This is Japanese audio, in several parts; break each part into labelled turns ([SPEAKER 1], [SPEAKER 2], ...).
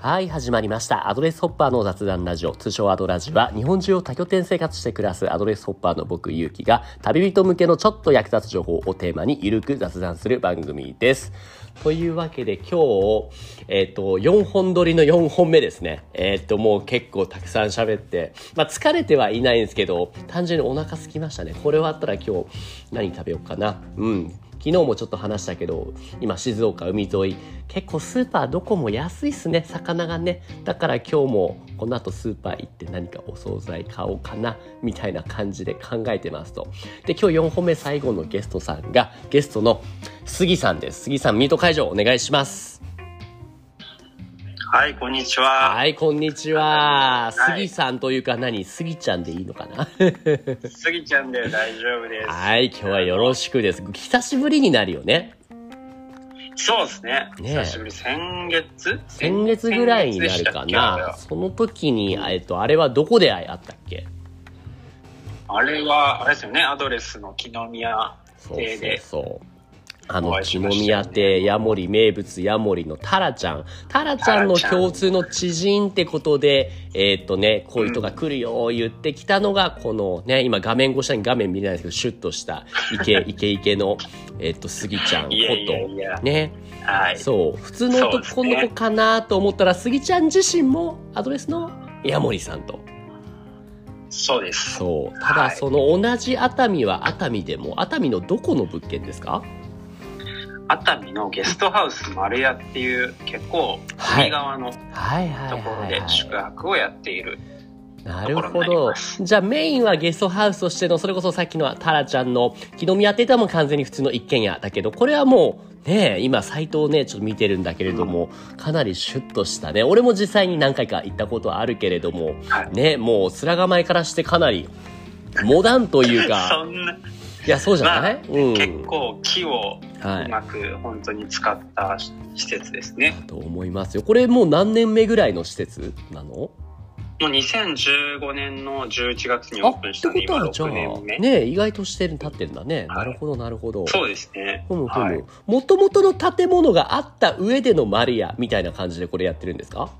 [SPEAKER 1] はい始まりましたアドレスホッパーの雑談ラジオ通称アドラジは日本中を多拠点生活して暮らすアドレスホッパーの僕ゆうきが旅人向けのちょっと役立つ情報をテーマにゆるく雑談する番組ですというわけで今日、えっ、と、4本撮りの4本目ですね。えっ、と、もう結構たくさん喋って、まあ疲れてはいないんですけど、単純にお腹空きましたね。これ終わったら今日何食べようかな。うん。昨日もちょっと話したけど、今静岡海沿い、結構スーパーどこも安いっすね、魚がね。だから今日もこの後スーパー行って何かお惣菜買おうかな、みたいな感じで考えてますと。で、今日4本目最後のゲストさんが、ゲストの杉さんです。杉さん、ミート会場お願いします。
[SPEAKER 2] はい、こんにちは。
[SPEAKER 1] はい、こんにちは。
[SPEAKER 2] はい
[SPEAKER 1] 杉さんというか何杉ちゃんでいいのかな
[SPEAKER 2] すぎちゃんで大丈夫です。
[SPEAKER 1] はい、今日はよろしくです。久しぶりになるよね。
[SPEAKER 2] そうですね。
[SPEAKER 1] ねえ
[SPEAKER 2] 久しぶり。先月
[SPEAKER 1] 先月ぐらいになるか
[SPEAKER 2] 先月でしたっけあれ
[SPEAKER 1] な
[SPEAKER 2] は。
[SPEAKER 1] その時に、えっと、あれはどこで会ったっけ
[SPEAKER 2] あれは、あれですよね、アドレスの木の宮
[SPEAKER 1] そう
[SPEAKER 2] 邸
[SPEAKER 1] そう
[SPEAKER 2] で。
[SPEAKER 1] そう。あ
[SPEAKER 2] お
[SPEAKER 1] の、
[SPEAKER 2] 会い
[SPEAKER 1] 木
[SPEAKER 2] し
[SPEAKER 1] の
[SPEAKER 2] ましたよ
[SPEAKER 1] 宮
[SPEAKER 2] ね
[SPEAKER 1] 亭、ヤモリ、名物ヤモリのタラちゃん。タラちゃんの
[SPEAKER 2] タラちゃん
[SPEAKER 1] 共通の知人ってことで、えーっとね、こういう人が来るよ、言ってきたのが、このね、今画面越しに画面見れないですけど、シュッとした、イケ、 イケイケの、えーっと、スギちゃんこ
[SPEAKER 2] いやいやいや
[SPEAKER 1] と、ね、
[SPEAKER 2] はい。
[SPEAKER 1] そう、普通の
[SPEAKER 2] そうです
[SPEAKER 1] 男
[SPEAKER 2] ね
[SPEAKER 1] の子かなと思ったら、スギちゃん自身もアドレスのヤモリさんと。
[SPEAKER 2] そうです。
[SPEAKER 1] そう。ただ、
[SPEAKER 2] はい
[SPEAKER 1] その同じ熱海は熱海でも、熱海のどこの物件ですか
[SPEAKER 2] 熱海のゲストハウス丸屋っていう結構、
[SPEAKER 1] はい
[SPEAKER 2] 海側のと
[SPEAKER 1] はいはいはい、
[SPEAKER 2] ころ
[SPEAKER 1] はい。
[SPEAKER 2] で宿泊をやっている。
[SPEAKER 1] なる
[SPEAKER 2] と
[SPEAKER 1] ほ
[SPEAKER 2] ころになり
[SPEAKER 1] ど
[SPEAKER 2] ま。す
[SPEAKER 1] じゃあメインはゲストハウスとしての、それこそさっきのタラちゃんの木の宮ってたも完全に普通の一軒家だけど、これはもうね、今サイトをね、ちょっと見てるんだけれども、かなりシュッとしたね。俺も実際に何回か行ったことはあるけれども、
[SPEAKER 2] はい
[SPEAKER 1] ね、もう面構えからしてかなりモダンという
[SPEAKER 2] そ
[SPEAKER 1] か、
[SPEAKER 2] んな、
[SPEAKER 1] いや、そうじゃない、うん。
[SPEAKER 2] 結構木を
[SPEAKER 1] は
[SPEAKER 2] う
[SPEAKER 1] い。
[SPEAKER 2] まく本当に使った施設ですね。
[SPEAKER 1] と思いますよ。これもう何年目ぐらいの施設なの
[SPEAKER 2] もう2015年の11月に
[SPEAKER 1] あ、
[SPEAKER 2] オープンしたんで、
[SPEAKER 1] って
[SPEAKER 2] 今
[SPEAKER 1] ことはじゃ
[SPEAKER 2] 6
[SPEAKER 1] あ、
[SPEAKER 2] 年目。
[SPEAKER 1] ね意外としてる、経ってるんだね。
[SPEAKER 2] は
[SPEAKER 1] ないるほど、なるほど。
[SPEAKER 2] そうですね。
[SPEAKER 1] ふむふ
[SPEAKER 2] はい
[SPEAKER 1] む。もともとの建物があった上でのマリアみたいな感じでこれやってるんですか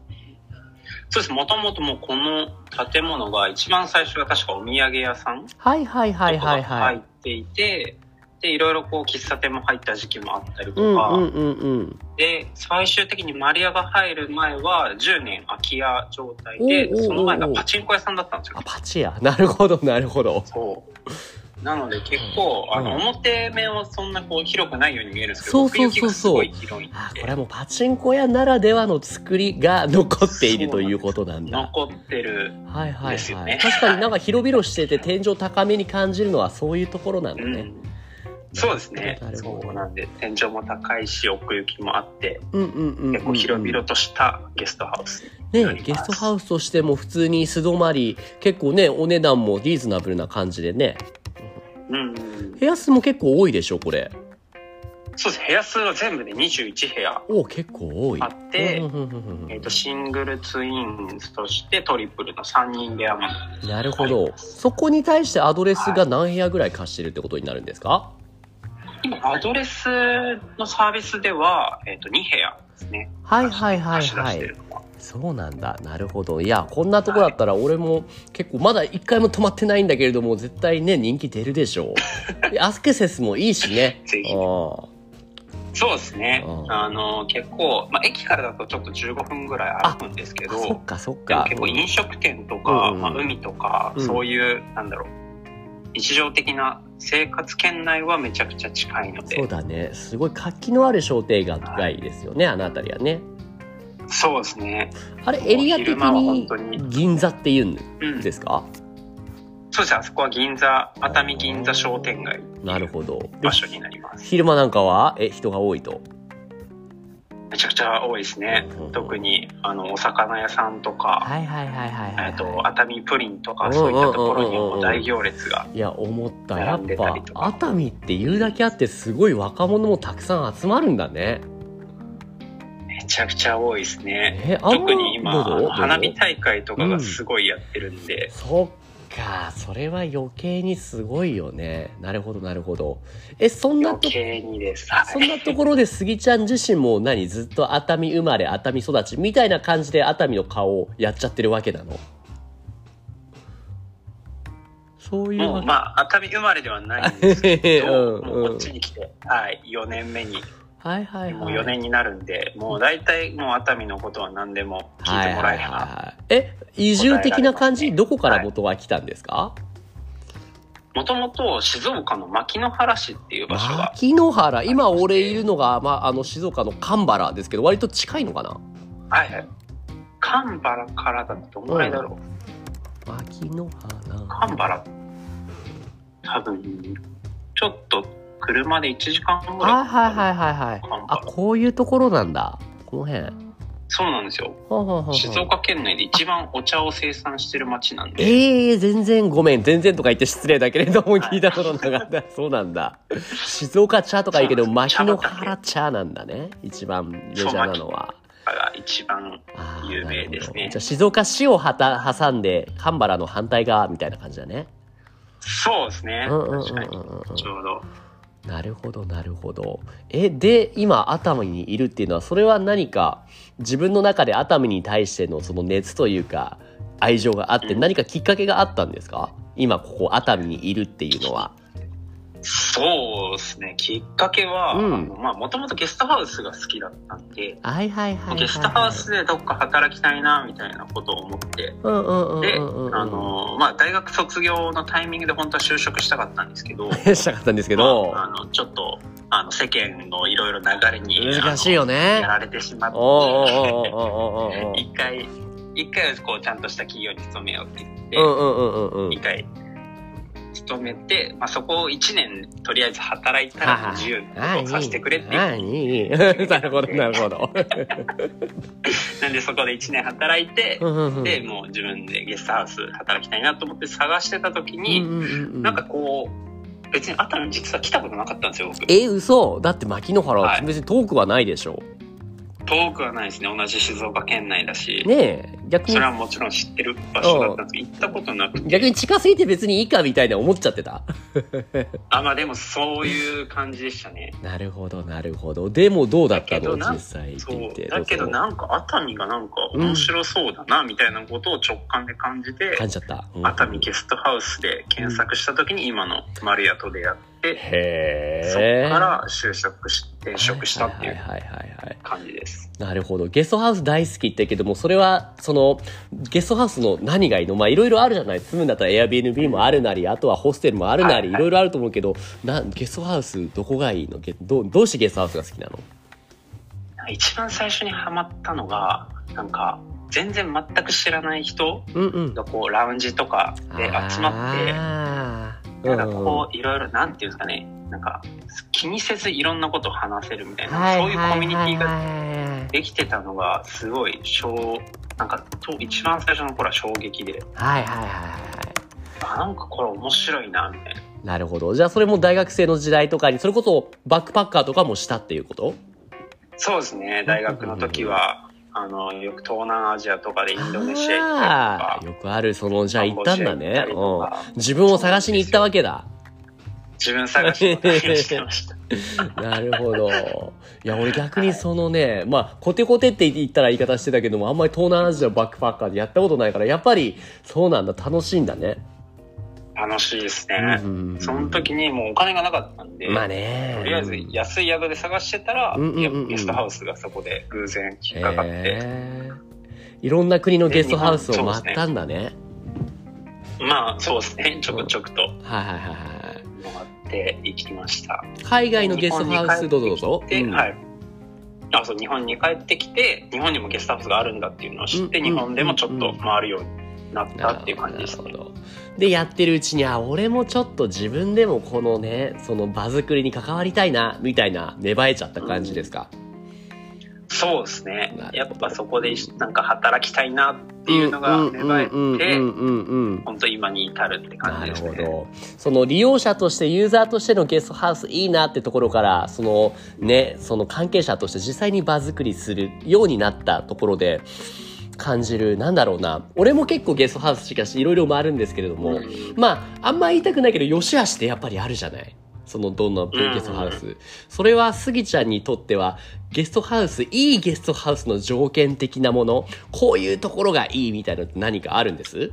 [SPEAKER 2] そうです。もともともうこの建物が一番最初が確かお土産屋さんと
[SPEAKER 1] はいはいは
[SPEAKER 2] か
[SPEAKER 1] いはい
[SPEAKER 2] が
[SPEAKER 1] は
[SPEAKER 2] 入っ
[SPEAKER 1] い。
[SPEAKER 2] ていて、で、いろいろこう喫茶店も入った時期もあったり
[SPEAKER 1] う
[SPEAKER 2] と
[SPEAKER 1] ん
[SPEAKER 2] か、
[SPEAKER 1] うんうんうん。
[SPEAKER 2] で、最終的にマリアが入る前は10年空き家状態
[SPEAKER 1] おうおうおう
[SPEAKER 2] で、その前がパチンコ屋さんだったんですよ
[SPEAKER 1] あ、。パチや。なるほどなるほど。
[SPEAKER 2] そう。なので結構、あの、
[SPEAKER 1] うん
[SPEAKER 2] 表面はそんなこう広くないように見えるんですけ
[SPEAKER 1] そ
[SPEAKER 2] ど、
[SPEAKER 1] うそうそうそう
[SPEAKER 2] 奥行きがすごい広いんで
[SPEAKER 1] あ、これはもうパチンコ屋ならではの作りが残っているということなんだ。
[SPEAKER 2] 残ってる
[SPEAKER 1] はいはい
[SPEAKER 2] ですよ
[SPEAKER 1] はい。
[SPEAKER 2] ね
[SPEAKER 1] 確かになんか広々してて天井高めに感じるのはそういうところなんだ
[SPEAKER 2] う
[SPEAKER 1] ね。
[SPEAKER 2] ん、そうですね
[SPEAKER 1] なるほ
[SPEAKER 2] そ
[SPEAKER 1] ど
[SPEAKER 2] うなんで天井も高いし奥行きもあって
[SPEAKER 1] うんうんうんうん。
[SPEAKER 2] 結構広々としたゲストハウス、にな
[SPEAKER 1] ね
[SPEAKER 2] ります
[SPEAKER 1] ゲストハウスとしても普通に素泊まり、結構ね、お値段もリーズナブルな感じでね。
[SPEAKER 2] うん
[SPEAKER 1] 部屋数も結構多いでしょ、これ。
[SPEAKER 2] そうです部屋数は全部で21部屋
[SPEAKER 1] おお結構多い
[SPEAKER 2] あって
[SPEAKER 1] うんうんうんうん
[SPEAKER 2] えー、とシングルツインそしてトリプルの3人部屋も
[SPEAKER 1] なるほどそこに対してアドレスが何部屋ぐらい貸してるってことになるんですか、
[SPEAKER 2] 今アドレスのサービスでは、えー、と2部屋ですね
[SPEAKER 1] はい、はいはい
[SPEAKER 2] 貸し出
[SPEAKER 1] は
[SPEAKER 2] して
[SPEAKER 1] い
[SPEAKER 2] るのは
[SPEAKER 1] そうなんだなるほどいやこんなとこだったら俺も結構まだ一回も泊まってないんだけれども絶対ね人気出るでしょ うでアスケセスもいいしね
[SPEAKER 2] ぜひ
[SPEAKER 1] うん
[SPEAKER 2] そうですね
[SPEAKER 1] うん
[SPEAKER 2] あの結構、まあ、駅からだとちょっと15分ぐらい歩くんですけ
[SPEAKER 1] あ
[SPEAKER 2] ど
[SPEAKER 1] そっかそっ
[SPEAKER 2] でも
[SPEAKER 1] か
[SPEAKER 2] 結構飲食店とか、
[SPEAKER 1] うん
[SPEAKER 2] まあ、海とか、
[SPEAKER 1] うん
[SPEAKER 2] そういうなんだろう日常的な生活圏内はめちゃくちゃ近いので
[SPEAKER 1] そうだねすごい活気のある商店街ですよねあの辺りはね
[SPEAKER 2] そうですね、
[SPEAKER 1] あれエリア的
[SPEAKER 2] 昼間は本当
[SPEAKER 1] に
[SPEAKER 2] に
[SPEAKER 1] 銀座っていうん
[SPEAKER 2] うん、
[SPEAKER 1] ですか、
[SPEAKER 2] そうですねあそこは銀座熱海銀座商店街
[SPEAKER 1] なるほど。
[SPEAKER 2] 場所になります
[SPEAKER 1] 昼間なんかは、え、人が多いと。
[SPEAKER 2] めちゃくちゃ多いですね
[SPEAKER 1] うん
[SPEAKER 2] 特にあのお魚屋さんとか、
[SPEAKER 1] いはいはいはい
[SPEAKER 2] えっと熱海プリンと
[SPEAKER 1] う
[SPEAKER 2] か
[SPEAKER 1] ん
[SPEAKER 2] そういったところに
[SPEAKER 1] うんうんうんう
[SPEAKER 2] も
[SPEAKER 1] ん
[SPEAKER 2] 大行列が
[SPEAKER 1] いや、思った。やっ
[SPEAKER 2] 並んでた
[SPEAKER 1] ぱ
[SPEAKER 2] りと、か
[SPEAKER 1] 熱海って言うだけあって、すごい若者もたくさん集まるんだね。
[SPEAKER 2] めちゃくちゃ多いですね
[SPEAKER 1] え、あんま
[SPEAKER 2] 特に今
[SPEAKER 1] どうぞどうぞ
[SPEAKER 2] 花火大会とかがすごいやってるんで、
[SPEAKER 1] そっかそれは余計にすごいよねなるほどなるほどえそんな
[SPEAKER 2] 余
[SPEAKER 1] と
[SPEAKER 2] 計にです。はい
[SPEAKER 1] そんなところで杉ちゃん自身も何ずっと熱海生まれ熱海育ちみたいな感じで熱海の顔をやっちゃってるわけなのそういう
[SPEAKER 2] も
[SPEAKER 1] わ
[SPEAKER 2] う
[SPEAKER 1] け、
[SPEAKER 2] まあ、熱海生まれではないんですけ
[SPEAKER 1] うん う
[SPEAKER 2] ど、
[SPEAKER 1] ん
[SPEAKER 2] もうこっちに来て、はい、4年目に、
[SPEAKER 1] はいはいはい
[SPEAKER 2] もう4年になるんで、もう大体もう熱海のことは何でも聞いてもらえれば、
[SPEAKER 1] いえ移住的な感じ、
[SPEAKER 2] 答えられますね
[SPEAKER 1] どこから元は来たんですか、
[SPEAKER 2] もともと静岡の牧之原市っていう場所が、
[SPEAKER 1] 牧之原今俺いるのが、まあ、あの静岡の神原ですけど割と近いのかな
[SPEAKER 2] はいはい。神原からだとどんぐらいだろう。
[SPEAKER 1] 牧之原
[SPEAKER 2] 神原、多分、ちょっと車で1時間ぐら
[SPEAKER 1] はい
[SPEAKER 2] い。
[SPEAKER 1] はいはいはいはい
[SPEAKER 2] 神原
[SPEAKER 1] あこういうところなんだこの辺
[SPEAKER 2] そうなんですよ。
[SPEAKER 1] ほんほんほんほん
[SPEAKER 2] 静岡県内で一番お茶を生産してる町なんで。
[SPEAKER 1] ええ全然ごめん全然とか言って失礼だけれども聞いたことなか ったそうなんだ静岡茶とか言うけど
[SPEAKER 2] そうなんです
[SPEAKER 1] 牧之原茶なんだね一番メジャーなのは
[SPEAKER 2] が一番
[SPEAKER 1] あー
[SPEAKER 2] 有名です
[SPEAKER 1] な
[SPEAKER 2] ね
[SPEAKER 1] るほどじゃあ静岡市をはた挟んで神原の反対側みたいな感じだね
[SPEAKER 2] そうですね。
[SPEAKER 1] うんうんうんうんうん
[SPEAKER 2] 確かに。ちょうど。
[SPEAKER 1] なるほどなるほどえで今熱海にいるっていうのはそれは何か自分の中で熱海に対してのその熱というか愛情があって
[SPEAKER 2] うん
[SPEAKER 1] 何かきっかけがあったんですか今ここ熱海にいるっていうのは
[SPEAKER 2] そうですね。きっかけは、
[SPEAKER 1] うん
[SPEAKER 2] あのまあ、もともとゲストハウスが好きだったんで、
[SPEAKER 1] はいはいはいはいはい
[SPEAKER 2] ゲストハウスでどっか働きたいな、みたいなことを思って、
[SPEAKER 1] うんうんうん
[SPEAKER 2] で、
[SPEAKER 1] うんうん
[SPEAKER 2] あの、まあ、大学卒業のタイミングで本当は就職したかったんですけ ど、
[SPEAKER 1] したかったんですけ
[SPEAKER 2] ま
[SPEAKER 1] ど
[SPEAKER 2] あ、あの、ちょっと、あの、世間のいろいろ流れに、
[SPEAKER 1] 難しいよ
[SPEAKER 2] あの
[SPEAKER 1] ね
[SPEAKER 2] やられてしまって、
[SPEAKER 1] おうおうおうおうおうおうおう
[SPEAKER 2] 一回、一回はこう、ちゃんとした企業に勤めようって言って、
[SPEAKER 1] うんうんうんうんうん
[SPEAKER 2] 一回勤めて、まあ、そこを1年とりあえず働いたら自由なことをさせてくれっていう
[SPEAKER 1] 何 なるほどなるほど
[SPEAKER 2] なんでそこで1年働いて
[SPEAKER 1] う、んうんうん
[SPEAKER 2] でもう自分でゲストハウス働きたいなと思って探してた時
[SPEAKER 1] うん
[SPEAKER 2] に、
[SPEAKER 1] うんうんうん
[SPEAKER 2] なんかこう別に熱海実は来たことなかったんですよ僕
[SPEAKER 1] え嘘だって牧之原は
[SPEAKER 2] はい
[SPEAKER 1] 別に遠くはないでしょ、
[SPEAKER 2] 遠くはないですね同じ静岡県内だし、
[SPEAKER 1] ねえ逆
[SPEAKER 2] そ
[SPEAKER 1] に
[SPEAKER 2] れはもちろん知ってる場所だったんですけど行ったことなくて
[SPEAKER 1] 逆に近すぎて別にいいかみたいな思っちゃって た
[SPEAKER 2] あまあでもそういう感じでしたね
[SPEAKER 1] なるほどなるほどでもどうだった
[SPEAKER 2] だけ
[SPEAKER 1] の
[SPEAKER 2] どな
[SPEAKER 1] 実際
[SPEAKER 2] そ
[SPEAKER 1] 聞いうて
[SPEAKER 2] だけど
[SPEAKER 1] そう
[SPEAKER 2] なんか熱海がなんか面白そうだなみたいなことを直感で感じて、
[SPEAKER 1] 感じちゃった、うん
[SPEAKER 2] 熱海ゲストハウスで検索した時に今の丸屋と出会っ
[SPEAKER 1] へ
[SPEAKER 2] て、
[SPEAKER 1] え
[SPEAKER 2] そこから就職し転職したってい
[SPEAKER 1] は
[SPEAKER 2] う
[SPEAKER 1] はいはいはいはい
[SPEAKER 2] 感じです。
[SPEAKER 1] なるほどゲストハウス大好きって言うけどもそれはそのゲストハウスの何がいいのまあいろいろあるじゃない住むんだったら Airbnb もあるなりあとはホステルもあるなり、
[SPEAKER 2] はいいはい
[SPEAKER 1] ろいろあると思うけどなゲストハウスどこがいいのゲどうどうしてゲストハウスが好きなの
[SPEAKER 2] 一番最初にハマったのがなんか全然全く知らない人
[SPEAKER 1] うんうん
[SPEAKER 2] がこうラウンジとかで集まって
[SPEAKER 1] あー
[SPEAKER 2] なんかこ
[SPEAKER 1] ん
[SPEAKER 2] ういろいろなんていうんですかねなんか気にせずいろんなことを話せるみたいな、
[SPEAKER 1] はい
[SPEAKER 2] そういうコミュニティが
[SPEAKER 1] が
[SPEAKER 2] できてたのがすごい小なんかと一番最初の頃は衝撃で
[SPEAKER 1] はいはいはいはい
[SPEAKER 2] あなんかこれ面白いなみたいな。
[SPEAKER 1] なるほどじゃあそれも大学生の時代とかにそれこそバックパッカーとかもしたっていうこと
[SPEAKER 2] そうですね大学の時はあのよく東南アジアとかでインドネシア行った
[SPEAKER 1] あー
[SPEAKER 2] りとか
[SPEAKER 1] よくあるそのじゃあ行ったんだ
[SPEAKER 2] カ
[SPEAKER 1] ね
[SPEAKER 2] ンボジア行ったりと
[SPEAKER 1] うん
[SPEAKER 2] か
[SPEAKER 1] 自分を探しに行ったわけだ
[SPEAKER 2] 自分探しの旅をしてました
[SPEAKER 1] なるほど。いや、俺逆にそのね、まあ、コテコテって言ったら言い方してたけども、あんまり東南アジアバックパッカーでやったことないから、やっぱり、そうなんだ、楽しいんだね。
[SPEAKER 2] 楽しいです
[SPEAKER 1] う
[SPEAKER 2] ね、
[SPEAKER 1] ん
[SPEAKER 2] その時にもうお金がなかったんで、
[SPEAKER 1] まあね。
[SPEAKER 2] とりあえず安い宿で探してたら、
[SPEAKER 1] うんうんうんうん
[SPEAKER 2] やっぱゲストハウスがそこで偶然引っかかって、
[SPEAKER 1] へーいろんな国のゲストハウスを回ったんだね。
[SPEAKER 2] まあそうですねちょくちょくと
[SPEAKER 1] はいはいはいは
[SPEAKER 2] 回っていきました
[SPEAKER 1] い。海外のゲストハウス、どうぞどうぞ。
[SPEAKER 2] で、
[SPEAKER 1] うん
[SPEAKER 2] はいあそう日本に帰ってきて日本にもゲストハウスがあるんだっていうのを知って、
[SPEAKER 1] うん
[SPEAKER 2] 日本でもちょっと回るようになったっていう感じです
[SPEAKER 1] な
[SPEAKER 2] ね
[SPEAKER 1] るほどでやってるうちにあ俺もちょっと自分でもこのねその場作りに関わりたいなみたいな芽生えちゃった感じですか、
[SPEAKER 2] そうですね
[SPEAKER 1] なる
[SPEAKER 2] やっ
[SPEAKER 1] ほど
[SPEAKER 2] ぱそこでなんか働きたいなっていうのが芽生え
[SPEAKER 1] うんう
[SPEAKER 2] て
[SPEAKER 1] んうんうんうん
[SPEAKER 2] 本当今に至るって
[SPEAKER 1] な
[SPEAKER 2] 感じ
[SPEAKER 1] る
[SPEAKER 2] です
[SPEAKER 1] ほ
[SPEAKER 2] ね
[SPEAKER 1] どその利用者としてユーザーとしてのゲストハウスいいなってところからそのねその関係者として実際に場作りするようになったところで感じるなんだろうな俺も結構ゲストハウスしかしいろいろ回るんですけれども、
[SPEAKER 2] うん
[SPEAKER 1] まああんま言いたくないけど良し悪しってやっぱりあるじゃないそのどんなゲストハウス、それはスギちゃんにとってはゲストハウスいいゲストハウスの条件的なものこういうところがいいみたいなのって何かあるんです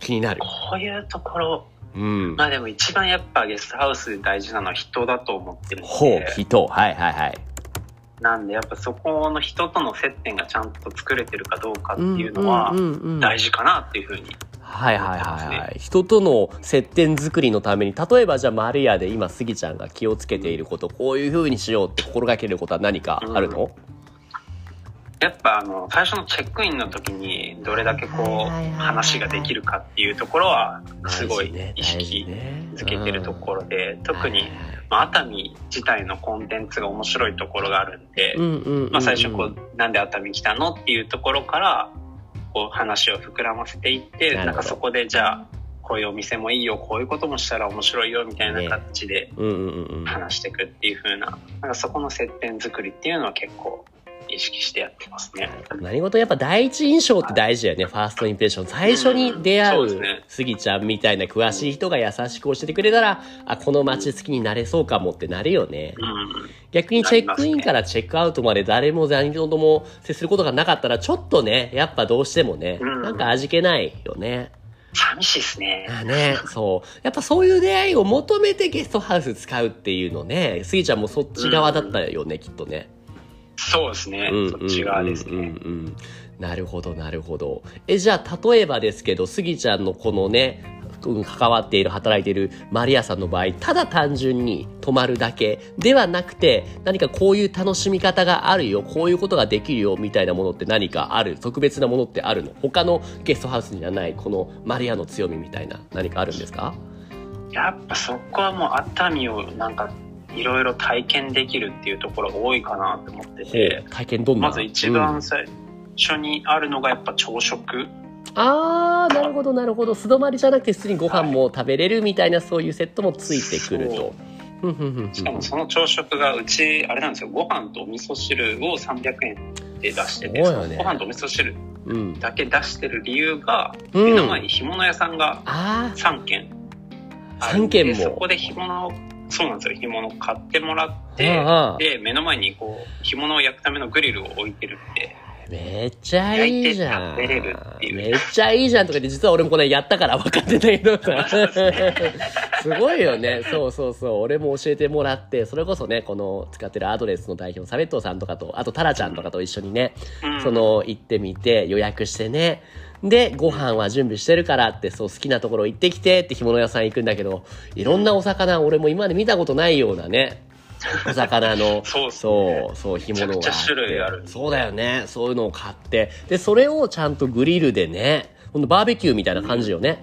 [SPEAKER 1] 気になる
[SPEAKER 2] こういうところ、
[SPEAKER 1] うん
[SPEAKER 2] まあでも一番やっぱゲストハウスで大事なのは人だと思ってるん
[SPEAKER 1] ほう
[SPEAKER 2] で、
[SPEAKER 1] 人はいはいはい
[SPEAKER 2] なんでやっぱそこの人との接点がちゃんと作れてるかどうかっていうのは
[SPEAKER 1] うんうんうんうん
[SPEAKER 2] 大事かなっていうふうに。
[SPEAKER 1] はいはいはいはい。人との接点作りのために、例えばじゃあマリアで今、スギちゃんが気をつけていること、こういう風にしようって心がけることは何かあるの、
[SPEAKER 2] やっぱあの最初のチェックインの時にどれだけこう話ができるかっていうところはすごい意識づけてるとこ
[SPEAKER 1] ろ。
[SPEAKER 2] ろで特
[SPEAKER 1] は
[SPEAKER 2] に
[SPEAKER 1] い、はい
[SPEAKER 2] まあ、熱海自体のコンテンツが面白いところがあるんで、
[SPEAKER 1] うんうんうんうん
[SPEAKER 2] まあ、最初こうなんで熱海来たのっていうところからこう話を膨らませていって
[SPEAKER 1] なるほど
[SPEAKER 2] なんかそこでじゃあこういうお店もいいよこういうこともしたら面白いよみたいな形で
[SPEAKER 1] うんうんうんうん。
[SPEAKER 2] 話していくっていう風ななんかそこの接点作りっていうのは結構意識してやってますね。
[SPEAKER 1] 何事やっぱ第一印象って大事だよね、ファーストインプレッション最初に出会
[SPEAKER 2] うんそう
[SPEAKER 1] う
[SPEAKER 2] ですね
[SPEAKER 1] スギちゃんみたいな詳しい人が優しく教えてくれたら、あこの街好きになれそうかもってなるよね、
[SPEAKER 2] うん
[SPEAKER 1] 逆にチェックインからチェックアウトまで誰も何事も接することがなかったらちょっとねやっぱどうしてもね、
[SPEAKER 2] うん
[SPEAKER 1] なんか味気ないよね。
[SPEAKER 2] 寂しいですね。
[SPEAKER 1] あねそうやっぱそういう出会いを求めてゲストハウス使うっていうのねスギちゃんもそっち側だったよね、きっとね。
[SPEAKER 2] そうですね。
[SPEAKER 1] うん
[SPEAKER 2] そっち側です
[SPEAKER 1] うんうんう
[SPEAKER 2] ね。
[SPEAKER 1] んなるほどなるほど。えじゃあ例えばですけどスギちゃんのこのねうん関わっている働いているマリアさんの場合ただ単純に泊まるだけではなくて何かこういう楽しみ方があるよこういうことができるよみたいなものって何かある特別なものってあるの他のゲストハウスにはないこのマリアの強みみたいな何かあるんですか
[SPEAKER 2] やっぱそこはもう熱海をなんかいろいろ体験できるっていうところが多いかなと思ってて、
[SPEAKER 1] 体験どんな
[SPEAKER 2] まず一
[SPEAKER 1] うん
[SPEAKER 2] 番最初にあるのがやっぱ朝食。
[SPEAKER 1] あーなるほどなるほど素泊まりじゃなくて普通にご飯も食べれるみたいなそういうセットもついてくると。ふんふんふんふん
[SPEAKER 2] しかもその朝食がうちあれなんですよ。ご飯とお味噌汁を300円で出してて、
[SPEAKER 1] そうよね
[SPEAKER 2] ご飯とお味噌汁
[SPEAKER 1] うん
[SPEAKER 2] だけ出してる理由が、
[SPEAKER 1] う
[SPEAKER 2] 目
[SPEAKER 1] ん
[SPEAKER 2] の前に干物屋さんが
[SPEAKER 1] あ
[SPEAKER 2] 3軒
[SPEAKER 1] あ
[SPEAKER 2] あるんで
[SPEAKER 1] 3軒も
[SPEAKER 2] そこで干物をそうなんですよ干物を買ってもらって
[SPEAKER 1] ああ
[SPEAKER 2] で目の前にこう干物を焼くためのグリルを置いてるんで
[SPEAKER 1] ーめっちゃいいじゃん
[SPEAKER 2] 焼いて食べれるっていう
[SPEAKER 1] めっちゃいいじゃんとか言って実は俺もこの間やったから分かってないけどさすごいよ ねそうそうそう俺も教えてもらってそれこそねこの使ってるアドレスの代表サベットさんとかとあとタラちゃんとかと一緒にね
[SPEAKER 2] うん
[SPEAKER 1] その行ってみて予約してねでご飯は準備してるからってそう好きなところ行ってきてって干物屋さん行くんだけどいろんなお魚俺も今まで見たことないような ねお魚の
[SPEAKER 2] そうっすね
[SPEAKER 1] そうそう干物
[SPEAKER 2] めち
[SPEAKER 1] が
[SPEAKER 2] ゃくちゃ種類ある
[SPEAKER 1] そうだよねそういうのを買ってでそれをちゃんとグリルでねほんとバーベキューみたいな感じよね、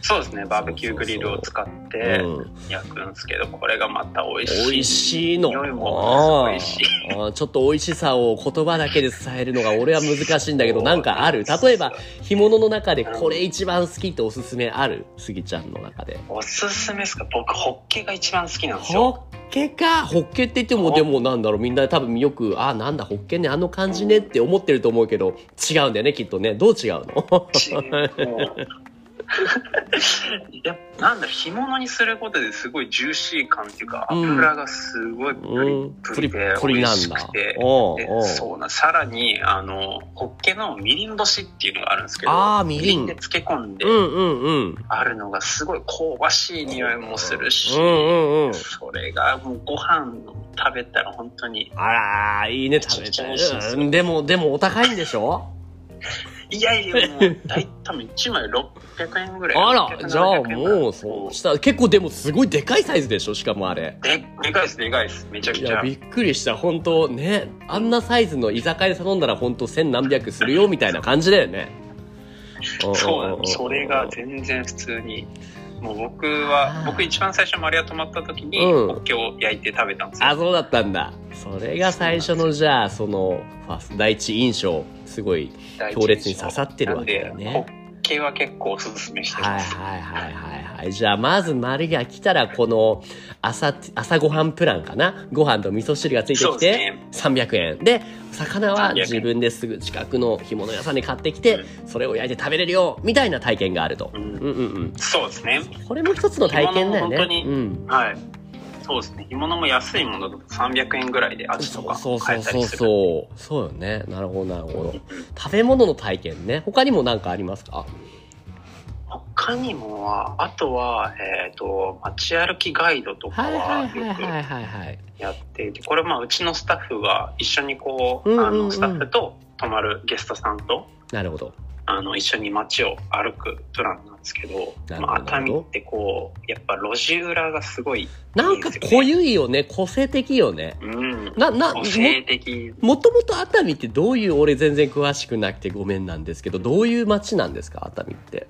[SPEAKER 2] そうですねバーベキューグリルを使って
[SPEAKER 1] うん
[SPEAKER 2] 焼くんですけどこれがまた美味しい
[SPEAKER 1] 美味しいの
[SPEAKER 2] 匂いも美味しい
[SPEAKER 1] あーあーちょっと美味しさを言葉だけで伝えるのが俺は難しいんだけどなんかある例えば干物の中でこれ一番好きっておすすめあるスギちゃんの中で
[SPEAKER 2] おすすめですか僕ホッケが一番好きなんですよ
[SPEAKER 1] ホッケかホッケって言ってもでもなんだろうみんな多分よくあーなんだホッケねあの感じねって思ってると思うけど違うんだよねきっとねどう違う の
[SPEAKER 2] ちもうやっぱなんだ干物にすることですごいジューシー感っていうか
[SPEAKER 1] うん
[SPEAKER 2] 油がすごいプ
[SPEAKER 1] う
[SPEAKER 2] リ
[SPEAKER 1] ん
[SPEAKER 2] プ
[SPEAKER 1] プ
[SPEAKER 2] リ
[SPEAKER 1] リ
[SPEAKER 2] で
[SPEAKER 1] ップ
[SPEAKER 2] 美
[SPEAKER 1] リな
[SPEAKER 2] 味
[SPEAKER 1] ん
[SPEAKER 2] し
[SPEAKER 1] だ
[SPEAKER 2] くて
[SPEAKER 1] おう
[SPEAKER 2] で
[SPEAKER 1] おう
[SPEAKER 2] そうなさらにあのホッケのみりん干しっていうのがあるんですけど
[SPEAKER 1] あーみりん
[SPEAKER 2] で漬け込んで
[SPEAKER 1] うんうんうん
[SPEAKER 2] あるのがすごい香ばしい匂いもするし、
[SPEAKER 1] うんうんうん
[SPEAKER 2] それがもうご飯を食べたら本当に
[SPEAKER 1] あらいいね食べたい
[SPEAKER 2] めちゃくちゃ美味しいですよ
[SPEAKER 1] うんでもでもお高いんでしょ
[SPEAKER 2] いやいやもう大多分1枚600円ぐらい
[SPEAKER 1] あ
[SPEAKER 2] 600
[SPEAKER 1] ら、じゃあ
[SPEAKER 2] 700円ぐらい
[SPEAKER 1] もう、そうした。結構でもすごいでかいサイズでしょしかもあれ。
[SPEAKER 2] ででかいですでかいですめちゃく
[SPEAKER 1] い
[SPEAKER 2] ち
[SPEAKER 1] や、
[SPEAKER 2] ゃ
[SPEAKER 1] びっくりした。本当ね、あんなサイズの居酒屋で頼んだら本当千何百するよみたいな感じだよね。
[SPEAKER 2] そうな
[SPEAKER 1] な
[SPEAKER 2] のそれが全然普通にもう僕は
[SPEAKER 1] あー
[SPEAKER 2] 僕一番最初マリア泊まった時に
[SPEAKER 1] うん
[SPEAKER 2] ホッケを焼いて食べたんですよ、
[SPEAKER 1] あ、そうだったんだ。それが最初の、じゃあ、その、ファースト、第一印象、すごい強烈に刺さってるわけだよね
[SPEAKER 2] なんでホッ系は結構おすすめして
[SPEAKER 1] はい
[SPEAKER 2] ま
[SPEAKER 1] はい
[SPEAKER 2] す。
[SPEAKER 1] はいはいはい。じゃあ、まず丸が来たら、この朝、朝ごはんプランかなご飯と味噌汁がついて
[SPEAKER 2] そ
[SPEAKER 1] き
[SPEAKER 2] うです
[SPEAKER 1] て、
[SPEAKER 2] ね。
[SPEAKER 1] 300円。で、魚は
[SPEAKER 2] 300円
[SPEAKER 1] 自分ですぐ近くの干物屋さんで買ってきて、それを焼いて食べれるよみたいな体験があると。
[SPEAKER 2] う
[SPEAKER 1] うん
[SPEAKER 2] ん
[SPEAKER 1] うんうん。
[SPEAKER 2] そうですね。
[SPEAKER 1] これも一つの体験だよね。
[SPEAKER 2] 干物も本当に
[SPEAKER 1] うん。
[SPEAKER 2] はい。そうですね。干物も安いものだと300円ぐらいで味
[SPEAKER 1] そ
[SPEAKER 2] と
[SPEAKER 1] う
[SPEAKER 2] か
[SPEAKER 1] そうそ
[SPEAKER 2] 買え
[SPEAKER 1] う
[SPEAKER 2] た
[SPEAKER 1] そ
[SPEAKER 2] り
[SPEAKER 1] う
[SPEAKER 2] する。
[SPEAKER 1] そう。そうよね。なるほどなるほど。食べ物の体験ね。他にも何かありますか
[SPEAKER 2] 他にもは、あとは、えっ、と、街歩きガイドとか
[SPEAKER 1] はい
[SPEAKER 2] は
[SPEAKER 1] はい
[SPEAKER 2] よ
[SPEAKER 1] はいはいはいはい。
[SPEAKER 2] くやっていて、これまあうちのスタッフが一緒にこう、
[SPEAKER 1] うんうんうん
[SPEAKER 2] あの、スタッフと泊まるゲストさんと、
[SPEAKER 1] なるほど。
[SPEAKER 2] あの、一緒に街を歩くプランなんですけど、
[SPEAKER 1] なるほど
[SPEAKER 2] まあ、熱海ってこう、やっぱ路地裏がすごい、
[SPEAKER 1] なんか濃ゆいよね。個性的よね。
[SPEAKER 2] うん、
[SPEAKER 1] な、な、も
[SPEAKER 2] 個、性的
[SPEAKER 1] もともと熱海ってどういう、俺全然詳しくなくてごめんなんですけど、どういう街なんですか熱海って。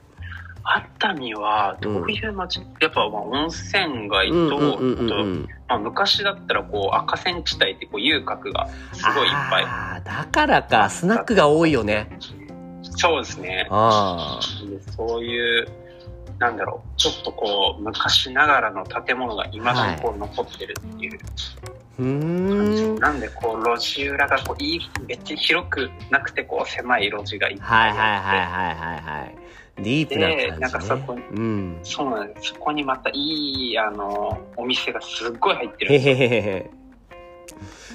[SPEAKER 2] 熱海はどういう街、やっぱまあ温泉街と、あと
[SPEAKER 1] ん。
[SPEAKER 2] まあ、昔だったらこう赤線地帯ってこう遊郭がすごいいっぱい
[SPEAKER 1] あーだからか、スナックが多いよね。
[SPEAKER 2] そうですね
[SPEAKER 1] あ
[SPEAKER 2] でそういうなんだろうちょっとこう昔ながらの建物がいまだにこう残ってるってい
[SPEAKER 1] ーう
[SPEAKER 2] う感じ、
[SPEAKER 1] ーん。
[SPEAKER 2] なんでこう路地裏がこういいめっちゃ広くなくてこう狭い路地がいっ
[SPEAKER 1] は
[SPEAKER 2] ぱ
[SPEAKER 1] い
[SPEAKER 2] いあ
[SPEAKER 1] はい
[SPEAKER 2] って、
[SPEAKER 1] はいはいはいはい。ディープな感じ、ね。
[SPEAKER 2] でなんかそこに
[SPEAKER 1] うん。
[SPEAKER 2] そうなんですそこにまたいいあのお店がすっごい入ってるん
[SPEAKER 1] へ
[SPEAKER 2] ですよ
[SPEAKER 1] へへへへ。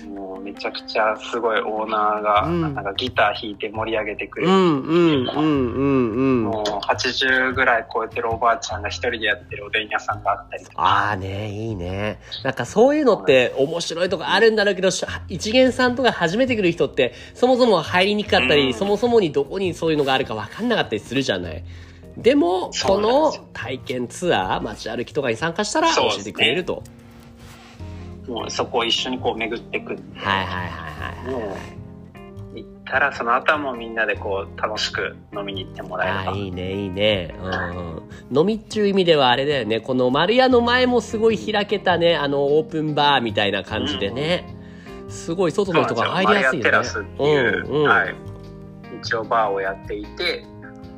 [SPEAKER 2] もうめちゃくちゃすごいオーナーが、
[SPEAKER 1] うん
[SPEAKER 2] なんかギター弾いて盛り上げてくれ
[SPEAKER 1] う
[SPEAKER 2] る、
[SPEAKER 1] んうんうんうんうん。
[SPEAKER 2] もう80ぐらい超えてるおばあちゃんが一人でやってるおでん屋さんがあったりとか
[SPEAKER 1] ああね、いいね。なんかそういうのって面白いとかあるんだろうけど、し一元さんとか初めて来る人って、そもそも入りにくかったり、
[SPEAKER 2] うん
[SPEAKER 1] そもそもにどこにそういうのがあるか分かんなかったりするじゃない。でも、
[SPEAKER 2] そ
[SPEAKER 1] こ
[SPEAKER 2] うなん
[SPEAKER 1] の
[SPEAKER 2] ですよ
[SPEAKER 1] 体験ツアー、街歩きとかに参加したら
[SPEAKER 2] そ
[SPEAKER 1] 教
[SPEAKER 2] うです
[SPEAKER 1] え
[SPEAKER 2] ね
[SPEAKER 1] てくれると。
[SPEAKER 2] もうそこを一緒にこう巡ってくんで
[SPEAKER 1] はいはいはいはい
[SPEAKER 2] もう行ったらその後はもうみんなでこう楽しく飲みに行ってもらえ
[SPEAKER 1] あ
[SPEAKER 2] れ
[SPEAKER 1] あ
[SPEAKER 2] ば
[SPEAKER 1] いいねいいね、うん、飲みっちゅう意味ではあれだよねこの丸屋の前もすごい開けたねあのオープンバーみたいな感じでね、すごい外の人が入りやすいよね
[SPEAKER 2] マリアテラスっていう、
[SPEAKER 1] うんうん
[SPEAKER 2] はい、一応バーをやっていて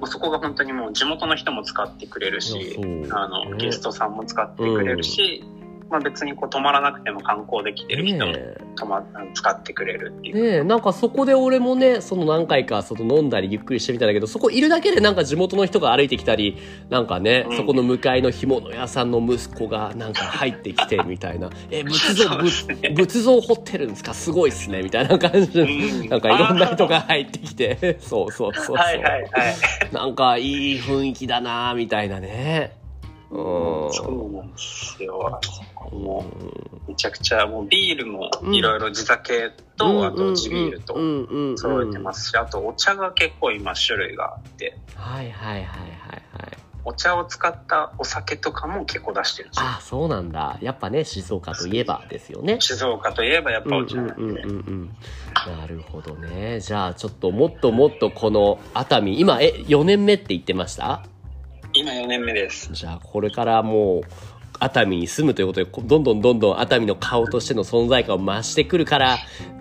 [SPEAKER 2] もうそこが本当にもう地元の人も使ってくれ
[SPEAKER 1] い
[SPEAKER 2] る
[SPEAKER 1] や
[SPEAKER 2] し
[SPEAKER 1] そう
[SPEAKER 2] あのゲストさんも使ってくれるし、まあ、別にこう泊まらなくても観光できてる人も
[SPEAKER 1] ねえ
[SPEAKER 2] 泊ま、使ってくれるっていう、
[SPEAKER 1] ねえなんかそこで俺もねその何回かその飲んだりゆっくりしてみたんだけどそこいるだけでなんか地元の人が歩いてきたりなんかね、
[SPEAKER 2] うん
[SPEAKER 1] そこの向かいの干物屋さんの息子がなんか入ってきてみたいな「え仏像
[SPEAKER 2] そうですね
[SPEAKER 1] ぶ仏像掘ってるんですかすごいっすね」みたいな感じで。
[SPEAKER 2] う
[SPEAKER 1] なんかいろんな人が入ってきて そうそうそうそう、
[SPEAKER 2] はいはいはい
[SPEAKER 1] なんかいい雰囲気だなみたいなねうん
[SPEAKER 2] そうなんですよあそこもめちゃくちゃもうビールもいろいろ地酒と、あと地ビールと
[SPEAKER 1] うんうんうん
[SPEAKER 2] 揃えてますし、あとお茶が結構今種類があって
[SPEAKER 1] はいはいはいはいはい
[SPEAKER 2] お茶を使ったお酒とかも結構出してるんですよ
[SPEAKER 1] あそうなんだやっぱね静岡といえばですよね
[SPEAKER 2] 静岡といえばやっ
[SPEAKER 1] うん
[SPEAKER 2] ぱ
[SPEAKER 1] う
[SPEAKER 2] お
[SPEAKER 1] ん
[SPEAKER 2] 茶なんで、
[SPEAKER 1] うんうんうんなるほどねじゃあちょっともっともっとこの熱海今え4年目って言ってました
[SPEAKER 2] 今4年目です
[SPEAKER 1] じゃあこれからもう熱海に住むということでこどんどんどんどん熱海の顔としての存在感を増してくるから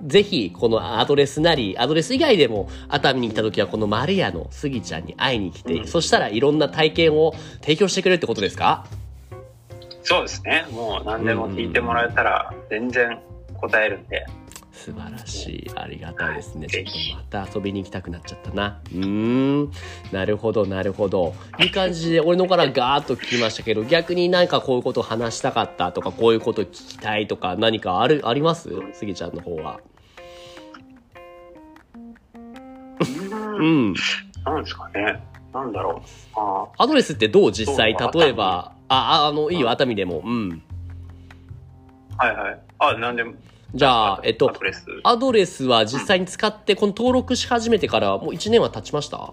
[SPEAKER 1] ぜひこのアドレスなりアドレス以外でも熱海に来た時はこの丸屋のスギちゃんに会いに来て、
[SPEAKER 2] うん
[SPEAKER 1] そしたらいろんな体験を提供してくれるってことですか
[SPEAKER 2] そうですねもう何でも聞いてもらえたら全然答えるんで、
[SPEAKER 1] 素晴らしいありがたいですね、
[SPEAKER 2] はい
[SPEAKER 1] ちょっとまた遊びに行きたくなっちゃったなうーんなるほどなるほどいい感じで俺のからガーッと聞きましたけど逆になんかこういうこと話したかったとかこういうこと聞きたいとか何かあるありますスギちゃんの方は
[SPEAKER 2] うん
[SPEAKER 1] うん
[SPEAKER 2] なんですかねなんだろうあ
[SPEAKER 1] アドレスってどう実際
[SPEAKER 2] そう
[SPEAKER 1] 例えばあああのいいよ熱海でもうん
[SPEAKER 2] あはいはいあなんでも
[SPEAKER 1] じゃあえっと
[SPEAKER 2] アドレス
[SPEAKER 1] アドレスは実際に使ってこの登録し始めてからもう1年は経ちました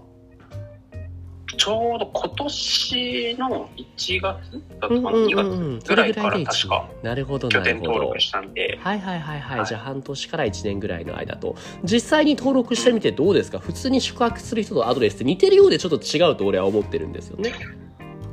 [SPEAKER 2] ちょうど今年の1月だったか
[SPEAKER 1] うん
[SPEAKER 2] な、
[SPEAKER 1] うんう
[SPEAKER 2] 2
[SPEAKER 1] ん
[SPEAKER 2] 月
[SPEAKER 1] うん
[SPEAKER 2] ぐらいから確か
[SPEAKER 1] なるほどな
[SPEAKER 2] 拠
[SPEAKER 1] る
[SPEAKER 2] 点
[SPEAKER 1] ほど
[SPEAKER 2] 登録したんで、
[SPEAKER 1] はいはいはいはい、
[SPEAKER 2] はい
[SPEAKER 1] じゃあ半年から1年ぐらいの間と実際に登録してみてどうですか、普通に宿泊する人とアドレスって似てるようでちょっと違うと俺は思ってるんですよね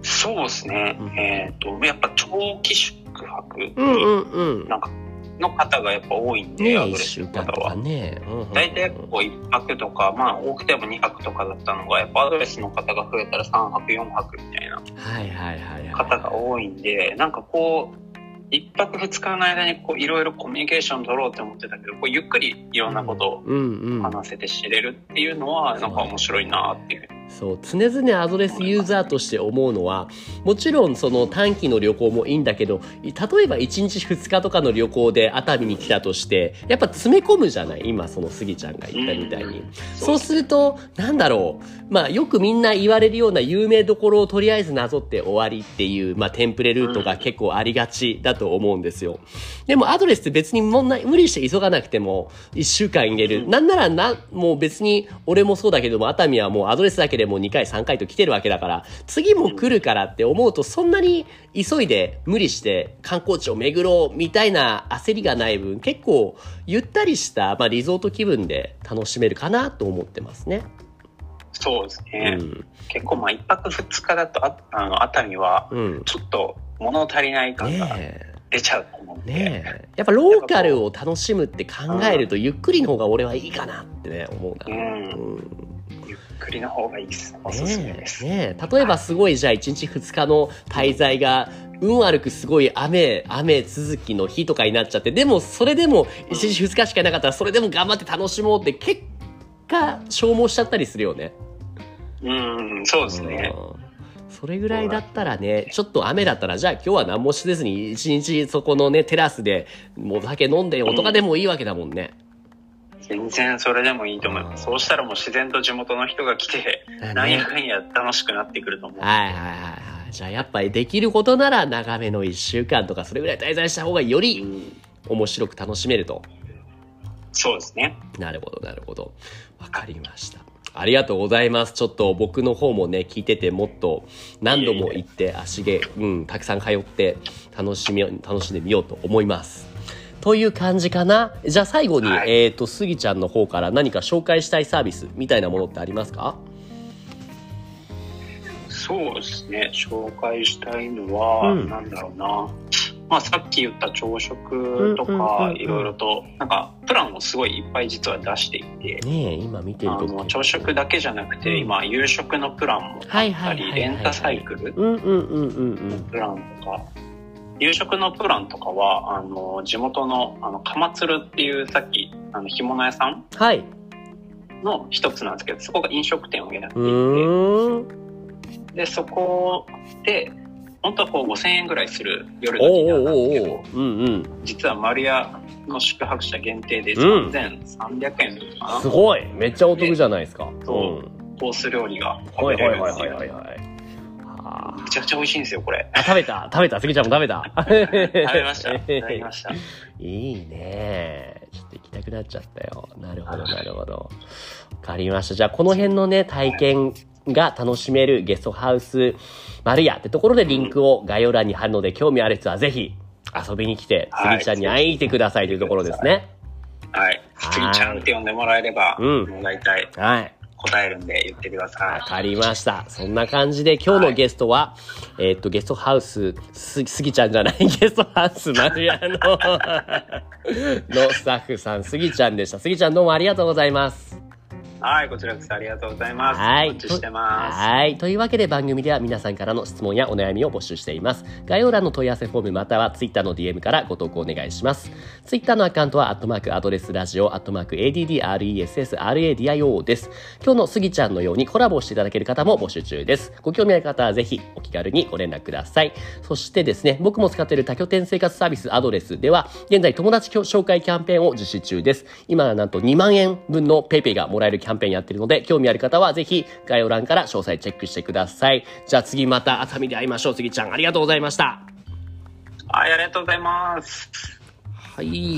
[SPEAKER 2] そうですね、
[SPEAKER 1] うん
[SPEAKER 2] えっ、と、やっぱ長期宿泊に
[SPEAKER 1] うんうん
[SPEAKER 2] なんかの方がやっぱ多いんで、
[SPEAKER 1] ね
[SPEAKER 2] アド
[SPEAKER 1] 1
[SPEAKER 2] レス
[SPEAKER 1] 週
[SPEAKER 2] の
[SPEAKER 1] 間
[SPEAKER 2] 方
[SPEAKER 1] と
[SPEAKER 2] は
[SPEAKER 1] か。ね。うんうんうん
[SPEAKER 2] 大体こう1泊とか、まあ多くても2泊とかだったのが、やっぱアドレスの方が増えたら3泊、4泊みたいな
[SPEAKER 1] はいはいはいはい。
[SPEAKER 2] 方が多いんで、なんかこう、1泊2日の間にこういろいろコミュニケーション取ろうって思ってたけど、こうゆっくりいろんなことを
[SPEAKER 1] うんうん。
[SPEAKER 2] 話せて知れるっていうのは、なんか面白いなっていうふうに。
[SPEAKER 1] そう常々アドレスユーザーとして思うのはもちろんその短期の旅行もいいんだけど例えば1日2日とかの旅行で熱海に来たとしてやっぱ詰め込むじゃない今そのスギちゃんが言ったみたいに、
[SPEAKER 2] うん
[SPEAKER 1] そうするとなんだろうまあよくみんな言われるような有名どころをとりあえずなぞって終わりっていう、まあ、テンプレルートが結構ありがちだと思うんですよでもアドレスって別に問題無理して急がなくても1週間入れるなんならなもう別に俺もそうだけども熱海はもうアドレスだけでもう2回3回と来てるわけだから次も来るからって思うとそんなに急いで無理して観光地を巡ろうみたいな焦りがない分結構ゆったりした、まあ、リゾート気分で楽しめるかなと思ってますね。
[SPEAKER 2] そうです
[SPEAKER 1] う
[SPEAKER 2] ね。
[SPEAKER 1] ん
[SPEAKER 2] 結構まあ1泊2日だとああの熱海は
[SPEAKER 1] うん
[SPEAKER 2] ちょっと物足りない感が
[SPEAKER 1] ねえ
[SPEAKER 2] 出ちゃうと思うんで、
[SPEAKER 1] ねえやっぱローカルを楽しむって考えるとゆっくりの方が俺はいいかなってね思う
[SPEAKER 2] う
[SPEAKER 1] な。
[SPEAKER 2] ん、
[SPEAKER 1] うん
[SPEAKER 2] ゆっくりの方がいいですおすすめ
[SPEAKER 1] ね
[SPEAKER 2] です、
[SPEAKER 1] えねえ例えばすごいじゃあ1日2日の滞在が運悪くすごい雨雨続きの日とかになっちゃってでもそれでも1日2日しかなかったらそれでも頑張って楽しもうって結果消耗しちゃったりするよね。
[SPEAKER 2] うんそうですね、
[SPEAKER 1] うんそれぐらいだったらねちょっと雨だったらじゃあ今日は何もせずに一日そこのねテラスでもうお酒飲んでよとかでもいいわけだもんね。
[SPEAKER 2] 全然それでもいいと思います、
[SPEAKER 1] うん
[SPEAKER 2] そうしたらもう自然と地元の人が来て
[SPEAKER 1] だね
[SPEAKER 2] なんやかんや楽しくなってくると思う、
[SPEAKER 1] はいはいはいはい。じゃあやっぱりできることなら長めの1週間とかそれぐらい滞在した方がよ
[SPEAKER 2] う
[SPEAKER 1] り
[SPEAKER 2] ん
[SPEAKER 1] 面白く楽しめると。
[SPEAKER 2] そうですね
[SPEAKER 1] なるほどなるほど。わかりました。ありがとうございます。ちょっと僕の方もね、聞いててもっと何度も行って足毛、うん、たくさん通って楽しみ、楽しんでみようと思います。という感じかな。じゃあ最後に、
[SPEAKER 2] はい
[SPEAKER 1] えっ、と、スギちゃんの方から何か紹介したいサービスみたいなものってありますか
[SPEAKER 2] そうですね紹介したいのは、
[SPEAKER 1] うん
[SPEAKER 2] なんだろうなまあさっき言った朝食と
[SPEAKER 1] うんうんうん
[SPEAKER 2] か
[SPEAKER 1] うん
[SPEAKER 2] いろいろとなんかプランをすごいいっぱい実は出していて
[SPEAKER 1] ねえ、今見てる
[SPEAKER 2] あ
[SPEAKER 1] と。
[SPEAKER 2] の朝食だけじゃなく
[SPEAKER 1] うん
[SPEAKER 2] て今夕食のプランもあ
[SPEAKER 1] はい
[SPEAKER 2] った
[SPEAKER 1] はいはい
[SPEAKER 2] り
[SPEAKER 1] はい
[SPEAKER 2] レンタサイクル
[SPEAKER 1] うんうんうんうんうん。
[SPEAKER 2] プランとか夕食のプランとかはあの地元のあの釜鶴っていうさっきあの干物屋さん
[SPEAKER 1] はい。
[SPEAKER 2] の一つなんですけどそこが飲食店をやって
[SPEAKER 1] う
[SPEAKER 2] い
[SPEAKER 1] ーん。
[SPEAKER 2] てでそこで本当はこう5000円ぐらいする夜のディ
[SPEAKER 1] お
[SPEAKER 2] ナー
[SPEAKER 1] うおう
[SPEAKER 2] なん
[SPEAKER 1] おう
[SPEAKER 2] ですけ
[SPEAKER 1] おう
[SPEAKER 2] ど。
[SPEAKER 1] うんうん。
[SPEAKER 2] 実は丸屋の宿泊者限定で
[SPEAKER 1] うん
[SPEAKER 2] 3300円とかな、
[SPEAKER 1] すごいめっちゃお得じゃないですか。
[SPEAKER 2] そ
[SPEAKER 1] ん。
[SPEAKER 2] コース料理が食
[SPEAKER 1] はい
[SPEAKER 2] べ
[SPEAKER 1] は
[SPEAKER 2] れ
[SPEAKER 1] い
[SPEAKER 2] るん
[SPEAKER 1] は
[SPEAKER 2] で
[SPEAKER 1] い
[SPEAKER 2] す
[SPEAKER 1] はい
[SPEAKER 2] よ
[SPEAKER 1] はいはい。は
[SPEAKER 2] めちゃくちゃ美味しいんです よこれ
[SPEAKER 1] あ、食べた、食べた、杉ちゃんも食べた。
[SPEAKER 2] 食べましたいただきました
[SPEAKER 1] いいね。ちょっと行きたくなっちゃったよ。なるほど、なるほど。わかりました。じゃあ、この辺のね、体験が楽しめるゲストハウス丸屋ってところでリンクを概要欄に貼るので、興味ある人はぜひ遊びに来て、
[SPEAKER 2] はい
[SPEAKER 1] 杉ちゃんに会いに来てくださいというところですね。
[SPEAKER 2] はい
[SPEAKER 1] はい。
[SPEAKER 2] 次ちゃんって呼んでもらえれば、
[SPEAKER 1] うん
[SPEAKER 2] もう大体
[SPEAKER 1] はい。
[SPEAKER 2] 答えるんで言ってくださ
[SPEAKER 1] わ
[SPEAKER 2] い。
[SPEAKER 1] かりました。そんな感じで今日のゲストは、えーっと、ゲストハウス、す、すぎちゃんじゃない、 ゲストハウス丸屋の、のスタッフさん、すぎちゃんでした。すぎちゃんどうもありがとうございます。
[SPEAKER 2] はい、こちらこそありがとうございます。
[SPEAKER 1] はい。
[SPEAKER 2] お待ちしてます。
[SPEAKER 1] はい。というわけで番組では皆さんからの質問やお悩みを募集しています。概要欄の問い合わせフォームまたは Twitter の DM からご投稿お願いします。Twitter のアカウントは、アットマークアドレスラジオ、アットマーク ADDRESSRADIO です。今日のスギちゃんのようにコラボしていただける方も募集中です。ご興味ある方はぜひお気軽にご連絡ください。そしてですね、僕も使っている多拠点生活サービスアドレスでは、現在友達紹介キャンペーンを実施中です。今なんと2万円分の PayPay がもらえるキャンペーンやってるので、興味ある方はぜひ概要欄から詳細チェックしてください。じゃあ次また熱海で会いましょう。スギちゃん、ありがとうございました。
[SPEAKER 2] はい、ありがとうございます。
[SPEAKER 1] はい。